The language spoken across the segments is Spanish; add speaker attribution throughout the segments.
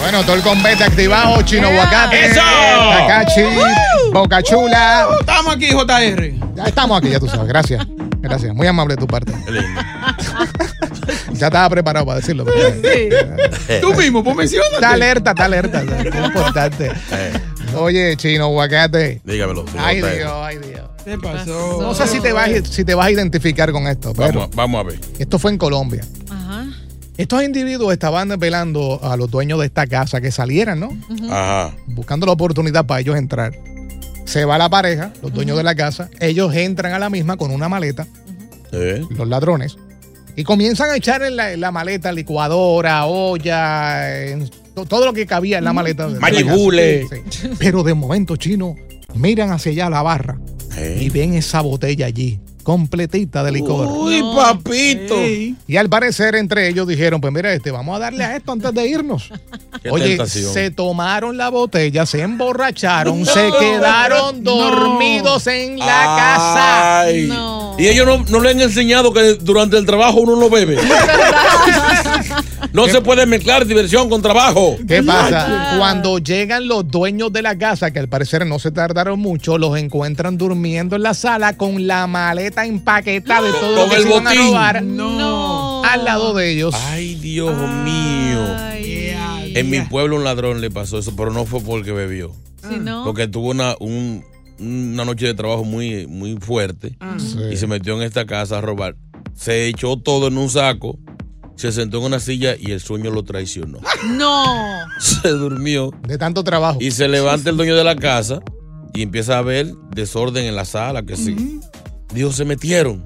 Speaker 1: Bueno, todo el combate activado, chino aguacate.
Speaker 2: ¡Eso!
Speaker 1: Takachi, Boca Chula.
Speaker 3: Estamos aquí, JR.
Speaker 1: Ya estamos aquí, ya tú sabes. Gracias. Gracias. Muy amable de tu parte. ya estaba preparado para decirlo. pero-
Speaker 2: Eh.
Speaker 3: Tú mismo, pues
Speaker 1: Está
Speaker 3: menciónate.
Speaker 1: alerta, está alerta. está- Qué importante. Oye, chino aguacate.
Speaker 2: Dígamelo. señor
Speaker 1: Ay,
Speaker 2: Ortega.
Speaker 1: Dios, ay, Dios.
Speaker 3: ¿Qué pasó?
Speaker 1: No sé si te vas, a- si te vas a identificar con esto, pero
Speaker 2: Vamos, a- vamos a ver.
Speaker 1: esto fue en Colombia. Estos individuos estaban velando a los dueños de esta casa que salieran, ¿no?
Speaker 2: Ajá.
Speaker 1: buscando la oportunidad para ellos entrar. Se va la pareja, los dueños de la casa, ellos entran a la misma con una maleta,
Speaker 2: Sí.
Speaker 1: los ladrones, y comienzan a echar en la, en la maleta licuadora, olla, en to- todo lo que cabía en la maleta. de- de la casa.
Speaker 2: Manigule.
Speaker 1: Sí, sí. Pero de momento, chino, miran hacia allá la barra y
Speaker 2: Sí.
Speaker 1: ven esa botella allí, completita de licor.
Speaker 2: Uy, papito.
Speaker 3: Ey.
Speaker 1: Y al parecer entre ellos dijeron, pues mira, este, vamos a darle a esto antes de irnos.
Speaker 2: Qué
Speaker 1: Oye,
Speaker 2: tentación.
Speaker 1: se tomaron la botella, se emborracharon, se quedaron dormidos en
Speaker 2: Ah.
Speaker 1: la
Speaker 2: Ay. Y ellos no, no le han enseñado que durante el trabajo uno no bebe. no se puede mezclar diversión con trabajo.
Speaker 1: casa. ¿Qué pasa? Cuando llegan los dueños de la casa, que al parecer no se tardaron mucho, los encuentran durmiendo en la sala con la maleta empaquetada de todo lo
Speaker 2: Con
Speaker 1: que
Speaker 2: el
Speaker 1: se iban a
Speaker 2: botín.
Speaker 1: robar
Speaker 3: No.
Speaker 1: al lado de ellos.
Speaker 2: Ay, Dios mío. En mi pueblo un ladrón le pasó eso, pero no fue porque bebió. Porque tuvo una, un- una noche de trabajo muy, muy fuerte
Speaker 1: Sí.
Speaker 2: y se metió en esta casa a robar. Se echó todo en un saco, se sentó en una silla y el sueño lo traicionó.
Speaker 4: No.
Speaker 2: Se durmió
Speaker 1: De tanto trabajo.
Speaker 2: y se levanta el dueño de la casa y empieza a ver desorden en la sala, que sí. Dijo, se metieron.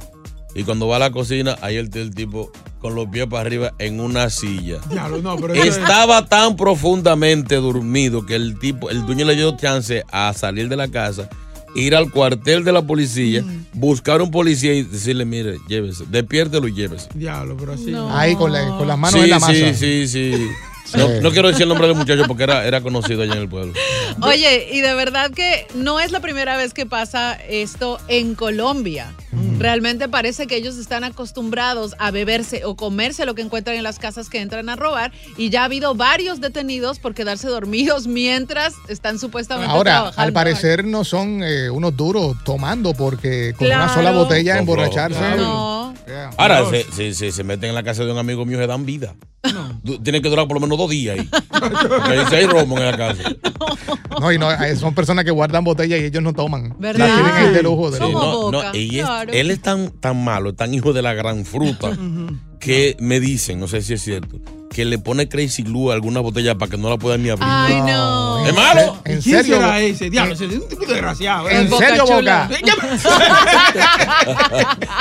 Speaker 2: Y cuando va a la cocina, ahí el, el tipo con los pies para arriba en una silla.
Speaker 3: Diablo, no, pero eso es-
Speaker 2: Estaba tan profundamente dormido que el tipo, el dueño le dio chance a salir de la casa, ir al cuartel de la policía, buscar un policía y decirle, mire, llévese, despiértelo y llévese.
Speaker 3: Diablo, pero así.
Speaker 1: Ahí con, la- con las manos
Speaker 2: sí,
Speaker 1: en la masa.
Speaker 2: sí, sí, sí. No, no quiero decir el nombre del muchacho porque era, era conocido allá en el pueblo.
Speaker 4: Oye, y de verdad que no es la primera vez que pasa esto en Colombia.
Speaker 1: Mm.
Speaker 4: Realmente parece que ellos están acostumbrados a beberse o comerse lo que encuentran en las casas que entran a robar y ya ha habido varios detenidos por quedarse dormidos mientras están supuestamente
Speaker 1: Ahora,
Speaker 4: trabajando.
Speaker 1: al parecer no son eh, unos duros tomando porque con una sola
Speaker 4: Claro.
Speaker 1: botella
Speaker 2: Son flojos,
Speaker 1: emborracharse.
Speaker 2: claro.
Speaker 4: No.
Speaker 1: Yeah.
Speaker 2: Ahora, si se, se- se meten en la casa de un amigo mío, se dan vida. Du- Tienen que durar por lo menos dos días ahí. Porque dice, hay romo en la casa.
Speaker 1: No, y no, eh, son personas que guardan botellas y ellos no toman.
Speaker 4: ¿Verdad?
Speaker 1: Las tienen ahí de lujo. De
Speaker 4: Sí.
Speaker 1: lujo.
Speaker 4: Como Boca,
Speaker 2: y es-
Speaker 4: claro.
Speaker 2: él es tan, tan malo, tan hijo de la gran fruta, que me dicen, no sé si es cierto, que le pone Crazy Glue a alguna botella para que no la puedan ni abrir.
Speaker 4: Ay, no.
Speaker 2: ¿Es malo?
Speaker 1: ¿En
Speaker 3: ¿Quién
Speaker 1: serio?
Speaker 3: será ese? Diablo, ese es un tipo desgraciado. ¿eh?
Speaker 1: ¿En
Speaker 4: Boca
Speaker 1: serio,
Speaker 4: Chula.
Speaker 1: Boca?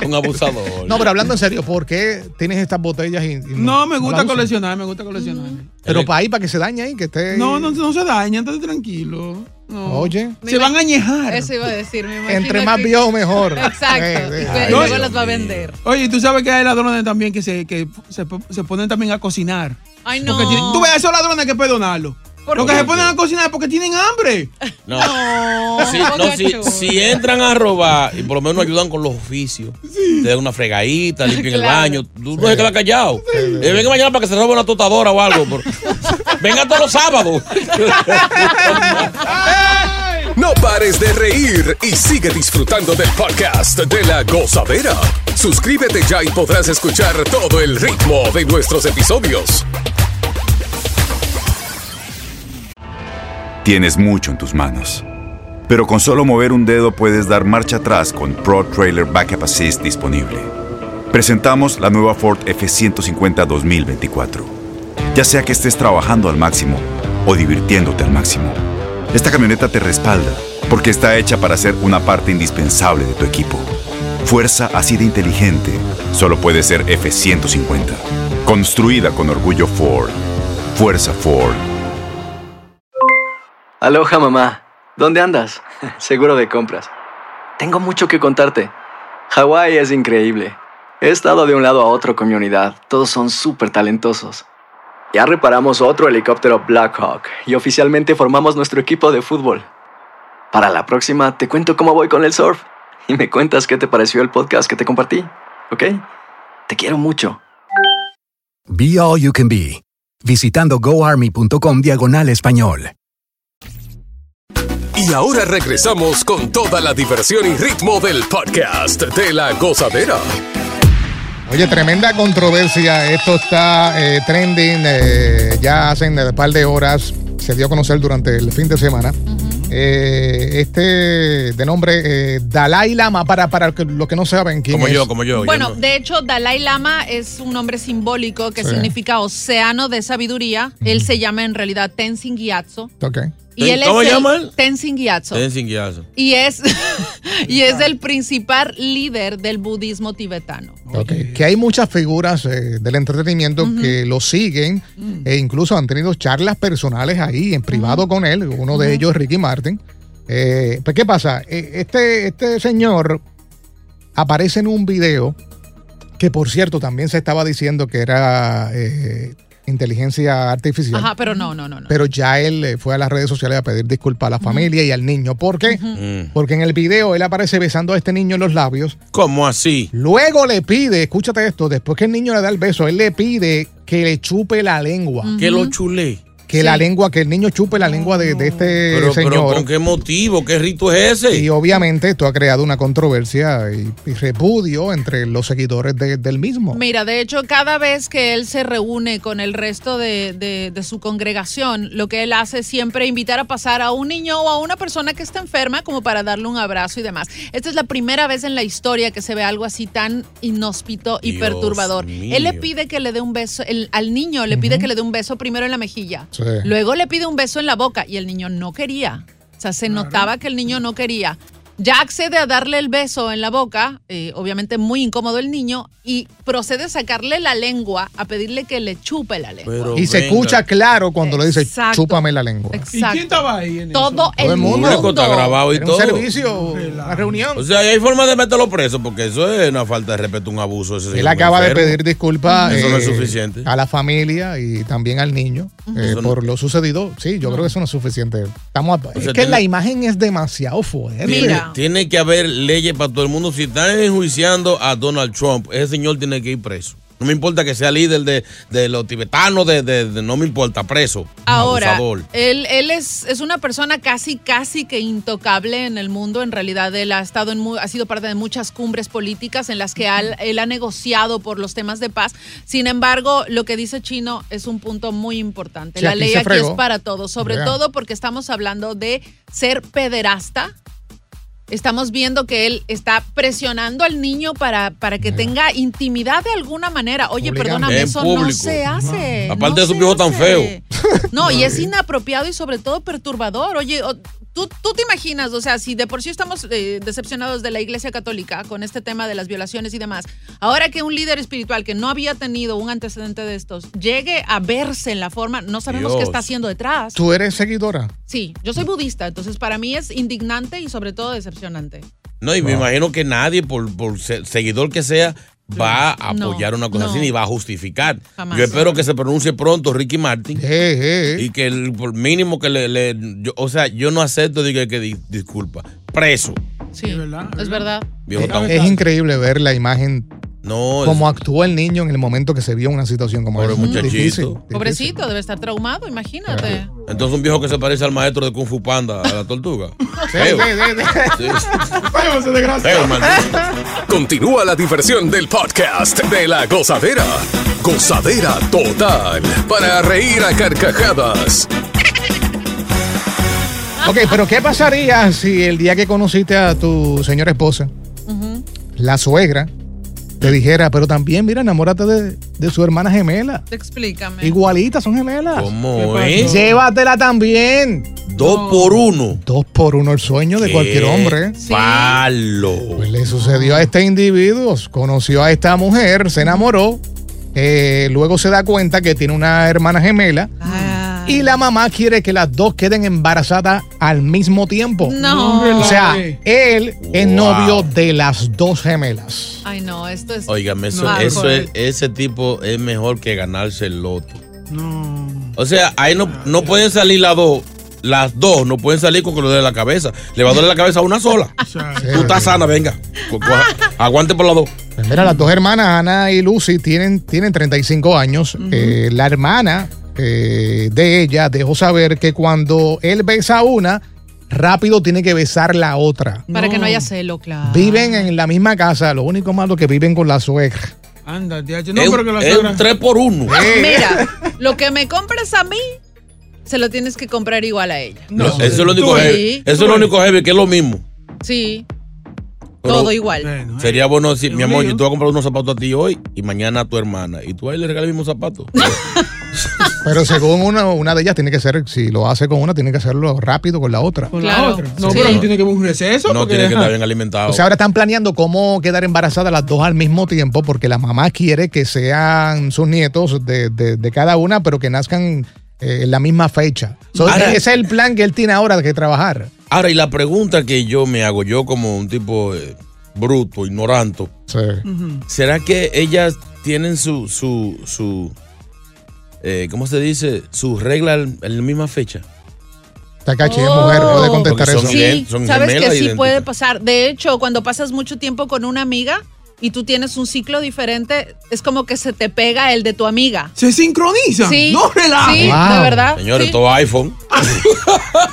Speaker 3: Ya-
Speaker 2: Un abusador.
Speaker 1: No, pero hablando en serio, ¿por qué tienes estas botellas y, y
Speaker 3: No, me
Speaker 1: las
Speaker 3: gusta
Speaker 1: usas?
Speaker 3: coleccionar, me gusta coleccionar.
Speaker 1: Pero para ahí, para que se dañe ahí, que esté.
Speaker 3: No, no, no se daña, entonces tranquilo. No.
Speaker 1: Mm. Oye.
Speaker 3: Se van a añejar.
Speaker 4: Eso iba a decir, me imagino.
Speaker 1: Entre
Speaker 4: que-
Speaker 1: más viejo, mejor.
Speaker 4: Exacto.
Speaker 1: Eh, eh.
Speaker 4: Y pe- y luego las va a vender.
Speaker 3: Oye, tú sabes que hay ladrones también que se, que se, po- se ponen también a cocinar.
Speaker 4: Ay, no.
Speaker 3: Porque tienen- tú ves a esos ladrones hay que perdonarlos. Los que se ponen a cocinar es porque tienen hambre.
Speaker 2: No.
Speaker 4: Ah,
Speaker 3: No,
Speaker 2: Si, no, si, si entran a robar y por lo menos ayudan con los oficios, te dan una fregadita, limpian el
Speaker 3: Claro.
Speaker 2: baño, tú no se quedas callado. Eh, venga mañana para que se robe una totadora o algo. por- venga todos los sábados.
Speaker 5: No pares de reír y sigue disfrutando del podcast de la gozadera. Suscríbete ya y podrás escuchar todo el ritmo de nuestros episodios.
Speaker 6: Tienes mucho en tus manos. Pero con solo mover un dedo puedes dar marcha atrás con Pro Trailer Backup Assist disponible. Presentamos la nueva Ford F150 2024. Ya sea que estés trabajando al máximo o divirtiéndote al máximo, esta camioneta te respalda porque está hecha para ser una parte indispensable de tu equipo. Fuerza así de inteligente solo puede ser F150. Construida con orgullo Ford. Fuerza Ford.
Speaker 7: Aloha mamá, ¿dónde andas? Seguro de compras. Tengo mucho que contarte. Hawái es increíble. He estado de un lado a otro con mi unidad. Todos son súper talentosos. Ya reparamos otro helicóptero Blackhawk y oficialmente formamos nuestro equipo de fútbol. Para la próxima te cuento cómo voy con el surf y me cuentas qué te pareció el podcast que te compartí, ¿ok? Te quiero mucho.
Speaker 8: Be All You Can Be, visitando goarmy.com diagonal español.
Speaker 5: Y ahora regresamos con toda la diversión y ritmo del podcast de la gozadera.
Speaker 1: Oye, tremenda controversia. Esto está eh, trending eh, ya hace un par de horas. Se dio a conocer durante el fin de semana. Eh, este de nombre eh, Dalai Lama, para, para que- los que no saben quién
Speaker 2: Como
Speaker 1: es.
Speaker 2: yo, como yo.
Speaker 4: Bueno, de hecho, Dalai Lama es un nombre simbólico que
Speaker 1: Sí.
Speaker 4: significa océano de sabiduría. Él se llama en realidad Tenzin Gyatso.
Speaker 1: Ok.
Speaker 4: Y él
Speaker 2: ¿Cómo
Speaker 4: es el-
Speaker 2: llama él?
Speaker 4: Tenzin Gyatso.
Speaker 2: Ten sin guiazo.
Speaker 4: Y es, y es el principal líder del budismo tibetano.
Speaker 1: Ok, Que hay muchas figuras eh, del entretenimiento que lo siguen e incluso han tenido charlas personales ahí en privado con él. Uno de ellos es Ricky Martin. Eh, pues, ¿qué pasa? Eh, Este, este señor aparece en un video que, por cierto, también se estaba diciendo que era eh, inteligencia artificial.
Speaker 4: Ajá, pero no, no, no. no.
Speaker 1: Pero ya él eh, fue a las redes sociales a pedir disculpas a la familia y al niño. ¿Por qué? Porque en el video él aparece besando a este niño en los labios.
Speaker 2: ¿Cómo así?
Speaker 1: Luego le pide, escúchate esto, después que el niño le da el beso, él le pide que le chupe la lengua.
Speaker 2: Que lo chulé.
Speaker 1: Que la lengua, que el niño chupe la lengua de, de este
Speaker 2: Pero,
Speaker 1: señor.
Speaker 2: pero ¿con qué motivo? ¿Qué rito es ese?
Speaker 1: Y obviamente esto ha creado una controversia y, y repudio entre los seguidores de- del mismo.
Speaker 4: Mira, de hecho, cada vez que él se reúne con el resto de, de- de su congregación, lo que él hace es siempre invitar a pasar a un niño o a una persona que está enferma como para darle un abrazo y demás. Esta es la primera vez en la historia que se ve algo así tan inhóspito y
Speaker 9: Dios
Speaker 4: perturbador.
Speaker 9: mío.
Speaker 4: Él le pide que le dé un beso, el- al niño le pide que le dé un beso primero en la mejilla,
Speaker 9: Sí.
Speaker 4: luego le pide un beso en la boca y el niño no quería. O sea, se notaba que el niño no quería. Ya accede a darle el beso en la boca, eh, obviamente muy incómodo el niño, y procede a sacarle la lengua, a pedirle que le chupe la lengua.
Speaker 1: y se
Speaker 2: venga.
Speaker 1: escucha claro cuando le dice,
Speaker 4: Exacto.
Speaker 1: chúpame la lengua.
Speaker 4: Exacto.
Speaker 3: estaba ahí en
Speaker 4: Todo el mundo.
Speaker 2: Público está grabado y
Speaker 1: Era un
Speaker 2: todo.
Speaker 1: servicio, una reunión.
Speaker 2: O sea, hay forma de meterlo preso porque eso es una falta de respeto, un abuso. Ese
Speaker 1: Él
Speaker 2: señor
Speaker 1: acaba de
Speaker 2: enfermo.
Speaker 1: pedir disculpas
Speaker 2: Eso no es
Speaker 1: eh,
Speaker 2: suficiente.
Speaker 1: a la familia y también al niño eh,
Speaker 2: Eso no-
Speaker 1: por lo sucedido. Sí, yo creo que eso no es suficiente. Estamos a- es que
Speaker 2: tiene-
Speaker 1: la imagen es demasiado fuerte.
Speaker 2: Tiene, tiene que haber leyes para todo el mundo. Si están enjuiciando a Donald Trump, ese señor tiene que ir preso. No me importa que sea líder de, de los tibetanos, de, de- de- no me importa, preso.
Speaker 4: Ahora,
Speaker 2: Abusador.
Speaker 4: él, él es, es una persona casi, casi que intocable en el mundo. En realidad, él ha, estado en, mu- ha sido parte de muchas cumbres políticas en las que al- él ha negociado por los temas de paz. Sin embargo, lo que dice Chino es un punto muy importante.
Speaker 9: Sí,
Speaker 4: La
Speaker 9: aquí
Speaker 4: ley
Speaker 9: se
Speaker 4: aquí
Speaker 9: fregó.
Speaker 4: es para todos, sobre
Speaker 9: Vea.
Speaker 4: todo porque estamos hablando de ser pederasta. Estamos viendo que él está presionando al niño para, para que tenga intimidad de alguna manera. Oye,
Speaker 2: Obligando.
Speaker 4: perdóname,
Speaker 2: En
Speaker 4: eso no
Speaker 2: público.
Speaker 4: se hace. no
Speaker 2: Aparte de su
Speaker 4: se
Speaker 2: viejo tan
Speaker 4: hace.
Speaker 2: feo.
Speaker 4: No, y es inapropiado y sobre todo perturbador. Oye, o- ¿Tú, tú te imaginas, o sea, si de por sí estamos eh, decepcionados de la Iglesia Católica con este tema de las violaciones y demás, ahora que un líder espiritual que no había tenido un antecedente de estos llegue a verse en la forma, no sabemos qué
Speaker 1: Dios.
Speaker 4: está haciendo detrás.
Speaker 1: ¿Tú eres seguidora?
Speaker 4: Sí, yo soy budista, entonces para mí es indignante y sobre todo decepcionante.
Speaker 2: No, y me imagino que nadie, por, por se- seguidor que sea, va a
Speaker 4: No,
Speaker 2: apoyar una cosa
Speaker 4: no.
Speaker 2: así ni va a justificar.
Speaker 4: Jamás.
Speaker 2: Yo espero que se pronuncie pronto Ricky Martin.
Speaker 1: Eh,
Speaker 2: Y que el por mínimo que le... le- yo- o sea, yo no acepto diga que di- disculpa. Preso.
Speaker 4: Sí, es verdad. Es verdad.
Speaker 2: Viejo tan-
Speaker 1: Es increíble ver la imagen,
Speaker 2: No,
Speaker 1: cómo actuó el niño en el momento que se vio en una situación como esa.
Speaker 2: muchachito.
Speaker 1: Difícil.
Speaker 4: Pobrecito, debe estar traumado, imagínate.
Speaker 2: entonces un viejo que se parece al maestro de Kung Fu Panda, a la tortuga. Feo. Sí. Feo, maldito.
Speaker 5: Continúa la diversión del podcast de la gozadera. Gozadera total. Para reír a carcajadas.
Speaker 1: Ok, pero ¿qué pasaría si el día que conociste a tu señora esposa, la suegra, te dijera, pero también, mira, enamórate de, de su hermana gemela?
Speaker 4: Explícame.
Speaker 1: Igualitas, son gemelas.
Speaker 2: ¿Cómo es?
Speaker 1: Llévatela también.
Speaker 2: Dos por uno.
Speaker 1: Dos por uno el sueño de cualquier
Speaker 2: Qué
Speaker 1: hombre.
Speaker 2: Palo.
Speaker 1: Pues le sucedió a este individuo, conoció a esta mujer, se enamoró, eh, luego se da cuenta que tiene una hermana gemela
Speaker 4: Ah.
Speaker 1: y la mamá quiere que las dos queden embarazadas al mismo tiempo.
Speaker 4: No. Hombre,
Speaker 1: O sea,
Speaker 4: Larry.
Speaker 1: él es
Speaker 2: Wow.
Speaker 1: novio de las dos gemelas.
Speaker 4: Ay, no, esto es.
Speaker 2: Óigame, eso,
Speaker 4: No,
Speaker 2: eso es,
Speaker 4: correcto.
Speaker 2: ese tipo es mejor que ganarse el loto. O sea, ahí no, no pueden salir las dos. Las dos no pueden salir con que lo de la cabeza. Le va a doler la cabeza a una sola. Tú estás sana, venga. Cu- cu- Aguante por las dos.
Speaker 1: Pues mira, las dos hermanas, Ana y Lucy, tienen, tienen 35 años. Eh, la hermana eh, de ella dejó saber que cuando él besa a una, rápido tiene que besar la otra.
Speaker 4: Para que no haya celo, claro.
Speaker 1: Viven en la misma casa, lo único malo que viven con la suegra.
Speaker 3: Anda, TH.
Speaker 1: Es
Speaker 3: No,
Speaker 1: un-
Speaker 3: pero que la
Speaker 1: es
Speaker 3: suegra.
Speaker 1: un tres
Speaker 2: por uno.
Speaker 4: Mira, lo que me compres a mí, se lo tienes que comprar igual a ella.
Speaker 2: Lo- eso es lo único
Speaker 4: Tú
Speaker 2: heavy.
Speaker 4: sí,
Speaker 2: Eso es lo único heavy, que es lo mismo.
Speaker 4: Sí,
Speaker 2: Pero
Speaker 4: todo igual.
Speaker 3: Eh,
Speaker 2: Sería bueno si, mi amor, yo te voy a comprar unos zapatos a ti hoy y mañana a tu hermana. Y tú ahí le regalas el mismo zapato.
Speaker 1: Pero según una, una de ellas tiene que ser, si lo hace con una, tiene que hacerlo rápido con la otra.
Speaker 3: Con la otra. No,
Speaker 2: Sí.
Speaker 3: pero no tiene que buscar eso.
Speaker 2: No tiene que estar bien alimentado.
Speaker 1: O sea, ahora están planeando cómo quedar embarazadas las dos al mismo tiempo, porque la mamá quiere que sean sus nietos de, de- de cada una, pero que nazcan eh, en la misma fecha. So,
Speaker 2: Ahora-
Speaker 1: ese es el plan que él tiene ahora que trabajar.
Speaker 2: Ahora, y la pregunta que yo me hago, yo como un tipo eh, bruto, ignorante, ¿será que ellas tienen su, su, su eh, ¿cómo se dice? Su regla en en la misma fecha.
Speaker 1: Takachi es mujer, puede contestar eso.
Speaker 2: Oh. Porque son
Speaker 4: Sí,
Speaker 2: ident- son
Speaker 4: sabes que
Speaker 2: gemelas
Speaker 4: sí
Speaker 2: idénticas.
Speaker 4: puede pasar. De hecho, cuando pasas mucho tiempo con una amiga y tú tienes un ciclo diferente, es como que se te pega el de tu amiga.
Speaker 3: Se sincroniza.
Speaker 4: Sí,
Speaker 3: No relajo.
Speaker 4: Ah, sí, de verdad.
Speaker 2: Señores, todo iPhone.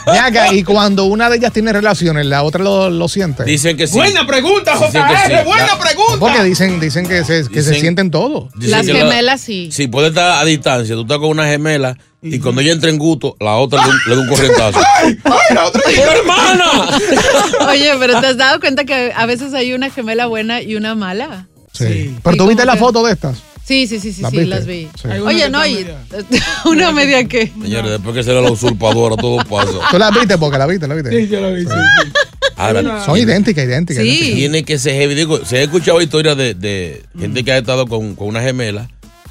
Speaker 1: Ven acá, y cuando una de ellas tiene relaciones, la otra lo, lo siente.
Speaker 2: Dicen que sí.
Speaker 3: Buena pregunta,
Speaker 2: Dicen que
Speaker 3: JR,
Speaker 2: sí.
Speaker 3: buena
Speaker 2: La-
Speaker 3: pregunta.
Speaker 1: Porque dicen, dicen que se, que se
Speaker 2: Dicen-
Speaker 1: sienten todos.
Speaker 2: Dicen
Speaker 4: Las
Speaker 2: que la-
Speaker 4: gemelas sí.
Speaker 2: Sí, puede estar a distancia. Tú estás con una gemela y cuando ella entra en gusto, la otra le, da un- le da un corrientazo. hermana!
Speaker 4: Oye, pero ¿te has dado cuenta que a veces hay una gemela buena y una mala?
Speaker 1: Sí. Pero tú viste la foto de estas.
Speaker 4: Sí, sí, sí, sí,
Speaker 1: ¿Las
Speaker 4: sí,
Speaker 1: viste?
Speaker 4: las vi.
Speaker 1: Sí. Hay una
Speaker 4: Oye,
Speaker 1: que
Speaker 4: no,
Speaker 1: está
Speaker 4: y una media que.
Speaker 2: Señores, después que será la usurpadora, todo pasa.
Speaker 1: Tú las viste, porque la viste, la viste.
Speaker 3: Sí, yo la vi.
Speaker 2: Ahora,
Speaker 1: Son idénticas, idénticas.
Speaker 2: Tiene- Tiene que ser heavy. Digo, se ha escuchado historias de, de gente que ha estado con, con una gemela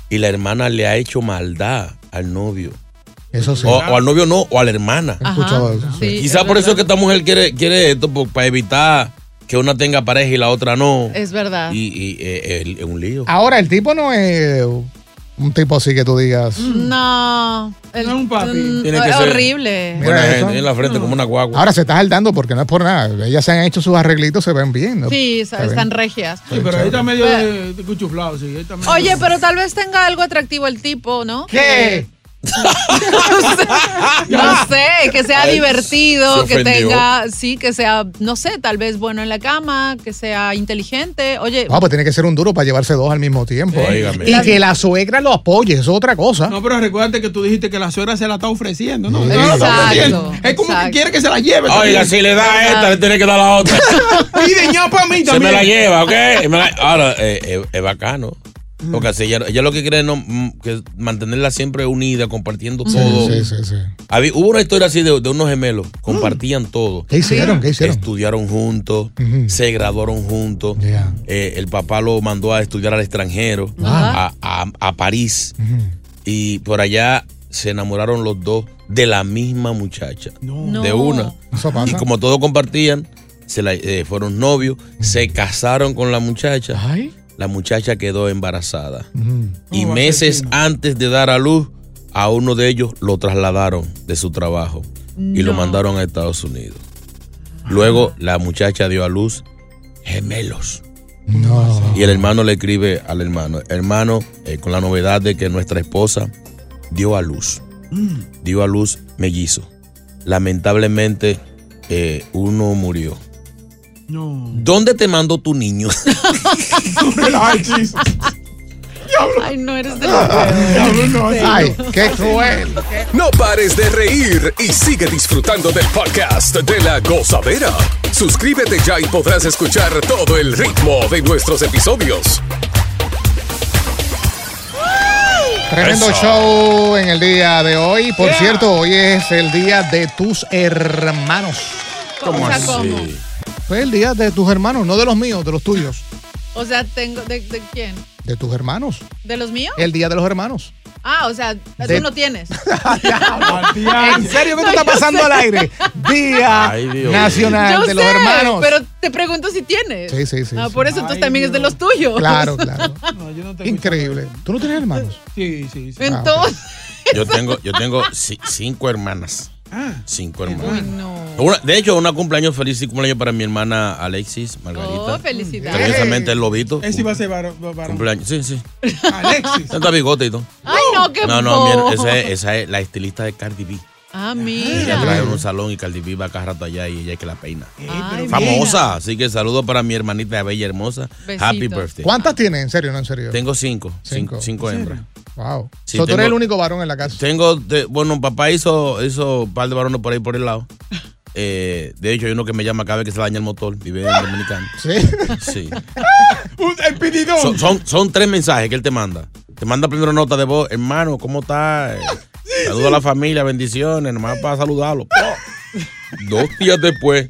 Speaker 2: y la hermana le ha hecho maldad al novio.
Speaker 1: Eso sí.
Speaker 2: O, o al novio no, o a la hermana.
Speaker 1: He escuchado eso.
Speaker 4: Ah, Sí,
Speaker 2: Quizás por eso es que esta mujer quiere, quiere esto, por- para evitar que una tenga pareja y la otra no.
Speaker 4: Es verdad.
Speaker 2: Y, y, eh, el- es un lío.
Speaker 1: Ahora, el tipo no es un tipo así que tú digas.
Speaker 4: No. El, un papi.
Speaker 2: Tiene que ser-
Speaker 4: horrible.
Speaker 2: Buena
Speaker 1: Mira
Speaker 2: gente,
Speaker 1: eso.
Speaker 2: en la frente como una guagua.
Speaker 1: Ahora se está saltando porque no es por nada. Ellas se han hecho sus arreglitos, se ven bien. ¿no?
Speaker 4: Sí,
Speaker 1: Está bien.
Speaker 4: están regias.
Speaker 3: Sí, pero ahí está medio de, de cuchuflado, sí. ahí está medio-
Speaker 4: Oye, pero tal vez tenga algo atractivo el tipo, ¿no?
Speaker 1: ¿Qué?
Speaker 4: No sé, que sea
Speaker 3: Ay,
Speaker 4: divertido,
Speaker 3: se
Speaker 4: que
Speaker 3: ofendió.
Speaker 4: tenga, sí, que sea, no sé, tal vez bueno en la cama, que sea inteligente. Oye,
Speaker 1: No, pues tiene que ser un duro para llevarse dos al mismo tiempo.
Speaker 3: Óigame.
Speaker 1: Y que la suegra lo apoye, es otra cosa.
Speaker 3: No, pero recuérdate que tú dijiste que la suegra se la está ofreciendo, ¿no?
Speaker 1: Sí.
Speaker 3: No, la está
Speaker 1: Exacto,
Speaker 3: ofreciendo. Es como que quiere que se la lleve.
Speaker 2: Oiga,
Speaker 3: también.
Speaker 2: si le da a esta, le tiene que dar a la otra.
Speaker 3: Pide ñapa a mí también.
Speaker 2: Se me la lleva, ¿ok? Me la- Ahora, eh, eh, es bacano.
Speaker 1: Mm.
Speaker 2: Porque así ella, ella lo que quiere es no- mm, que mantenerla siempre unida, compartiendo
Speaker 1: Sí,
Speaker 2: todo.
Speaker 1: sí, sí, sí.
Speaker 2: Habí- hubo una historia así de, de unos gemelos, compartían todo.
Speaker 1: ¿Qué hicieron? ¿Qué hicieron?
Speaker 2: Estudiaron juntos,
Speaker 1: Ujú.
Speaker 2: se graduaron juntos. Eh, el papá lo mandó a estudiar al extranjero,
Speaker 1: Ajá.
Speaker 2: a, a- a París. Y por allá se enamoraron los dos de la misma muchacha, de
Speaker 1: No.
Speaker 2: una.
Speaker 1: Eso
Speaker 2: Y
Speaker 1: pasa.
Speaker 2: como todos compartían, se la- eh, fueron novios, se casaron con la muchacha. La muchacha quedó embarazada. Y meses antes de dar a luz, a uno de ellos lo trasladaron de su trabajo y lo
Speaker 4: No.
Speaker 2: mandaron a Estados Unidos.
Speaker 1: Ah.
Speaker 2: Luego la muchacha dio a luz gemelos. Y el hermano le escribe al hermano, hermano, eh, con la novedad de que nuestra esposa dio a luz,
Speaker 3: Mm.
Speaker 2: dio a luz mellizo. Lamentablemente, eh, uno murió.
Speaker 3: No.
Speaker 2: ¿Dónde te mandó tu niño?
Speaker 4: Ay, no eres de los peores.
Speaker 1: Ay, qué cruel.
Speaker 5: No pares de reír y sigue disfrutando del podcast de la gozadera. Suscríbete ya y podrás escuchar todo el ritmo de nuestros episodios.
Speaker 1: Tremendo
Speaker 5: Eso.
Speaker 1: show en el día de hoy. Por cierto, hoy es el día de tus hermanos.
Speaker 4: ¿Cómo O sea, así? ¿cómo?
Speaker 1: Fue el día de tus hermanos, no de los míos, de los tuyos.
Speaker 4: O sea, tengo. ¿de, de quién?
Speaker 1: De tus hermanos.
Speaker 4: ¿De los míos?
Speaker 1: El día de los hermanos.
Speaker 4: Ah, o sea,
Speaker 1: Eh, De-
Speaker 4: tú no tienes.
Speaker 1: ¿En serio qué te está
Speaker 4: No, yo
Speaker 1: pasando
Speaker 4: sé.
Speaker 1: al aire? Día
Speaker 2: Dios.
Speaker 1: Nacional
Speaker 4: Yo
Speaker 1: de los
Speaker 4: sé,
Speaker 1: Hermanos.
Speaker 4: Pero te pregunto si tienes.
Speaker 1: Sí, sí, sí,
Speaker 4: Ah,
Speaker 1: sí.
Speaker 4: por eso entonces también es de los tuyos.
Speaker 1: Claro, claro. Increíble. ¿Tú no tienes hermanos?
Speaker 3: Sí, sí,
Speaker 1: sí.
Speaker 4: Entonces.
Speaker 2: Yo tengo, yo tengo ci- cinco hermanas.
Speaker 3: Ah,
Speaker 2: Cinco hermanas.
Speaker 4: no.
Speaker 2: Una- de hecho, una cumpleaños feliz y cumpleaños para mi hermana Alexis Margarita.
Speaker 4: Oh, felicidades.
Speaker 2: Cariñosamente el lobito.
Speaker 3: Ese iba a ser varo- varón.
Speaker 2: Cumpleaños. Sí, sí. Alexis. Está bigote y todo.
Speaker 4: Ay, no, qué
Speaker 2: No, no,
Speaker 4: bobo.
Speaker 2: mira, esa, es, esa es la estilista de Cardi B.
Speaker 4: Ah,
Speaker 2: Ella trae en
Speaker 4: mira.
Speaker 2: un salón y Cardi B va cada rato allá y ella es que la peina.
Speaker 4: Ay,
Speaker 2: Famosa.
Speaker 4: mira.
Speaker 2: Así que saludo para mi hermanita bella y hermosa. Happy
Speaker 1: Besitos.
Speaker 2: birthday.
Speaker 1: ¿Cuántas tienes? En serio, no en serio.
Speaker 2: Tengo cinco. Cinco, cinco hembras.
Speaker 1: Wow.
Speaker 2: Sí,
Speaker 1: So, tú eres
Speaker 2: tengo-
Speaker 1: el único varón en la casa.
Speaker 2: Tengo, de- bueno, papá hizo, hizo un par de varones por ahí por el lado. Eh, de hecho, hay uno que me llama cada vez que se daña el motor, vive en Dominicana.
Speaker 1: ¿Sí?
Speaker 2: Sí.
Speaker 3: El pitidón.
Speaker 2: Son, son, son tres mensajes que él te manda. Te manda primero nota de voz, hermano, ¿cómo estás? Saludo a la familia, bendiciones, nomás para saludarlo. Po. Dos días después,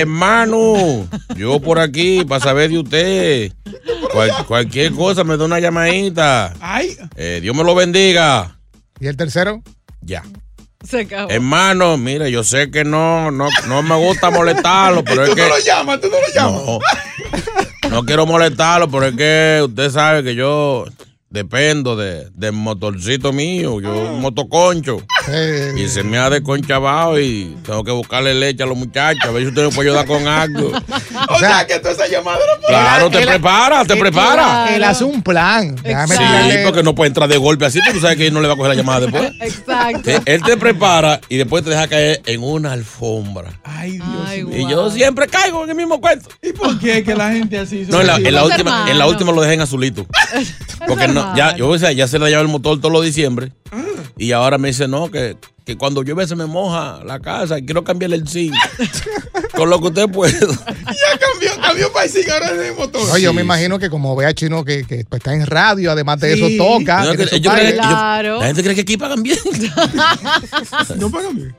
Speaker 2: hermano, yo por aquí para saber de usted. Cual- cualquier cosa me da una llamadita.
Speaker 3: Ay.
Speaker 2: Eh, Dios me lo bendiga.
Speaker 1: ¿Y el tercero?
Speaker 2: Ya.
Speaker 4: Se acabó.
Speaker 2: Em- Hermano, mira, yo sé que no, no, no me gusta molestarlo, pero es
Speaker 3: Tú
Speaker 2: que.
Speaker 3: no lo llamas, tú no lo llamas.
Speaker 2: No quiero molestarlo, pero es que usted sabe que yo dependo de, del motorcito mío, yo un
Speaker 3: Ah.
Speaker 2: motoconcho.
Speaker 1: Eh,
Speaker 2: Y se me ha desconchabado y tengo que buscarle leche a los muchachos, a ver si usted me puede ayudar con algo.
Speaker 3: O sea, que toda esa llamada era para-
Speaker 2: Claro, te
Speaker 1: Él-
Speaker 2: prepara, Ah, te
Speaker 1: él-
Speaker 2: prepara.
Speaker 1: Él hace un plan. Déjame
Speaker 2: Sí,
Speaker 1: tirarle-
Speaker 2: porque no puede entrar de golpe así, porque tú sabes que él no le va a coger la llamada después.
Speaker 4: Exacto.
Speaker 2: Te- Él te prepara y después te deja caer en una alfombra. em- Y yo siempre caigo en el mismo cuento.
Speaker 3: ¿Y por qué que la gente así?
Speaker 2: No, en la, en la
Speaker 3: Los
Speaker 2: última, en la
Speaker 3: hermanos.
Speaker 2: última lo dejé en azulito. Porque no, ya, yo, o sea, ya se le lleva el motor todos los diciembre.
Speaker 3: Ah.
Speaker 2: Y ahora me dice, no, que, que cuando llueve se me moja la casa y quiero cambiarle el zinc. Con lo que usted pueda.
Speaker 3: Ya cambió, cambió para decir ahora de motor.
Speaker 1: No, yo me imagino que como ve a Chino que, que, pues, está en radio, además de
Speaker 3: Sí.
Speaker 1: eso toca.
Speaker 2: No,
Speaker 1: tiene
Speaker 2: que-
Speaker 1: su
Speaker 2: yo creo
Speaker 1: baile.
Speaker 2: que- yo- Claro. la gente cree que aquí pagan bien.
Speaker 3: No pagan bien.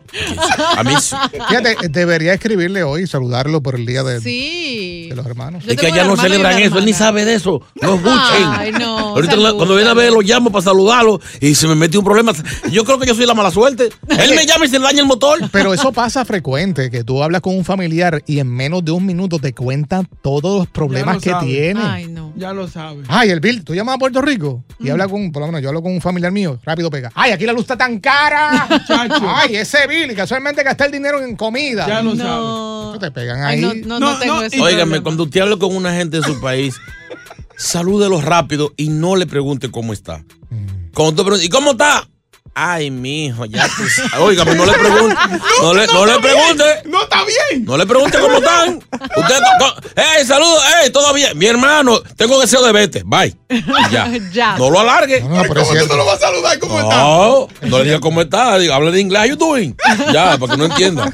Speaker 2: A mí sí.
Speaker 1: Fíjate, debería escribirle hoy y saludarlo por el día de,
Speaker 4: Sí.
Speaker 1: de los hermanos.
Speaker 2: Es que allá no celebran eso, él ni sabe de eso. No escuchen.
Speaker 4: Ay, no,
Speaker 2: Ahorita
Speaker 4: salud,
Speaker 2: cuando viene a ver, lo llamo para saludarlo y se me mete un problema. Yo creo que yo soy la mala suerte. Él me llama y se le daña el motor.
Speaker 1: Pero eso pasa frecuente, que tú hablas con un familiar y en menos de un minuto te cuentan todos los problemas que tiene. Ay.
Speaker 3: no. Mm. Ya lo sabe.
Speaker 1: el Bill, tú llamas a Puerto Rico y hablas con, por lo menos yo hablo con un familiar mío, rápido pega. Ay, aquí la luz está tan cara. Ay, ese Bill, y casualmente gasté el dinero en comida.
Speaker 3: Ya lo
Speaker 1: sabe. Te pegan ahí.
Speaker 4: Ay, no, no, no tengo eso.
Speaker 2: Óigame, cuando usted hable con una gente de su país, salúdelo rápido y no le pregunte cómo está. Cuando tú preguntas, ¿y cómo está? Ay, mijo, ya tú sabes. Óigame, no le pregunte. No le, no le pregunte.
Speaker 3: No está bien.
Speaker 2: No le pregunte cómo están. Usted, co- co- ¡Ey, saludos! ¡Ey, todavía! Mi hermano, tengo deseo de verte. Bye. Y Ya.
Speaker 4: ya.
Speaker 2: No lo alargue.
Speaker 1: No, pero
Speaker 3: ¿Cómo tú no lo vas a saludar? ¿Cómo está?
Speaker 2: No, no le diga cómo está. diga, Habla de inglés. How you doing? Ya, para que no entienda.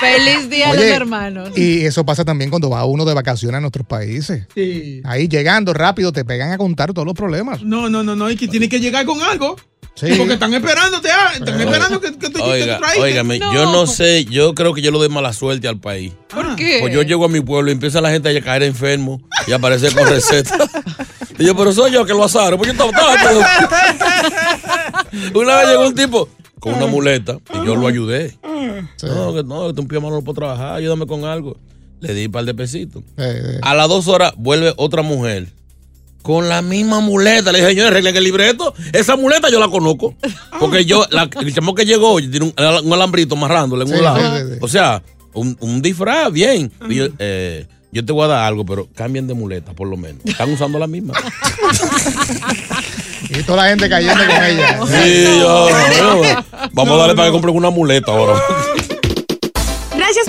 Speaker 4: Feliz día a los
Speaker 1: Oye,
Speaker 4: hermanos.
Speaker 1: Y eso pasa también cuando va uno de vacaciones a nuestros países.
Speaker 3: Sí.
Speaker 1: Ahí llegando rápido te pegan a contar todos los problemas.
Speaker 3: No, no, no, no. Y que tiene que llegar con algo.
Speaker 1: Sí.
Speaker 3: Porque están esperándote. ah, Están esperando que, que tú
Speaker 2: Oiga,
Speaker 3: traigas.
Speaker 2: óigame, yo no sé, yo creo que yo le doy mala suerte al país.
Speaker 4: ¿Por qué?
Speaker 2: Pues yo llego a mi pueblo y empieza la gente a caer enfermo y aparece con receta. Y yo, pero soy yo que lo asaron. Pues yo estaba, estaba, pero- Una vez llegó un tipo con una muleta y yo lo ayudé. No, que no, que un pie malo no puedo trabajar, ayúdame con algo. Le di un par de pesitos.
Speaker 1: Eh,
Speaker 2: A las dos horas vuelve otra mujer con la misma muleta. Le dije, señor, arreglen el libreto. Esa muleta yo la conozco. Porque yo, la, el chamo que llegó, tiene un, un alambrito amarrándole en
Speaker 1: Sí,
Speaker 2: un lado.
Speaker 1: sí, sí, sí.
Speaker 2: O sea, un, un disfraz, bien. Y yo, eh, yo te voy a dar algo, pero cambien de muleta, por lo menos. Están usando la misma.
Speaker 1: Y toda la gente cayendo con ella.
Speaker 2: Sí, yo- yo- Vamos a darle para que compre una muleta ahora.
Speaker 10: Gracias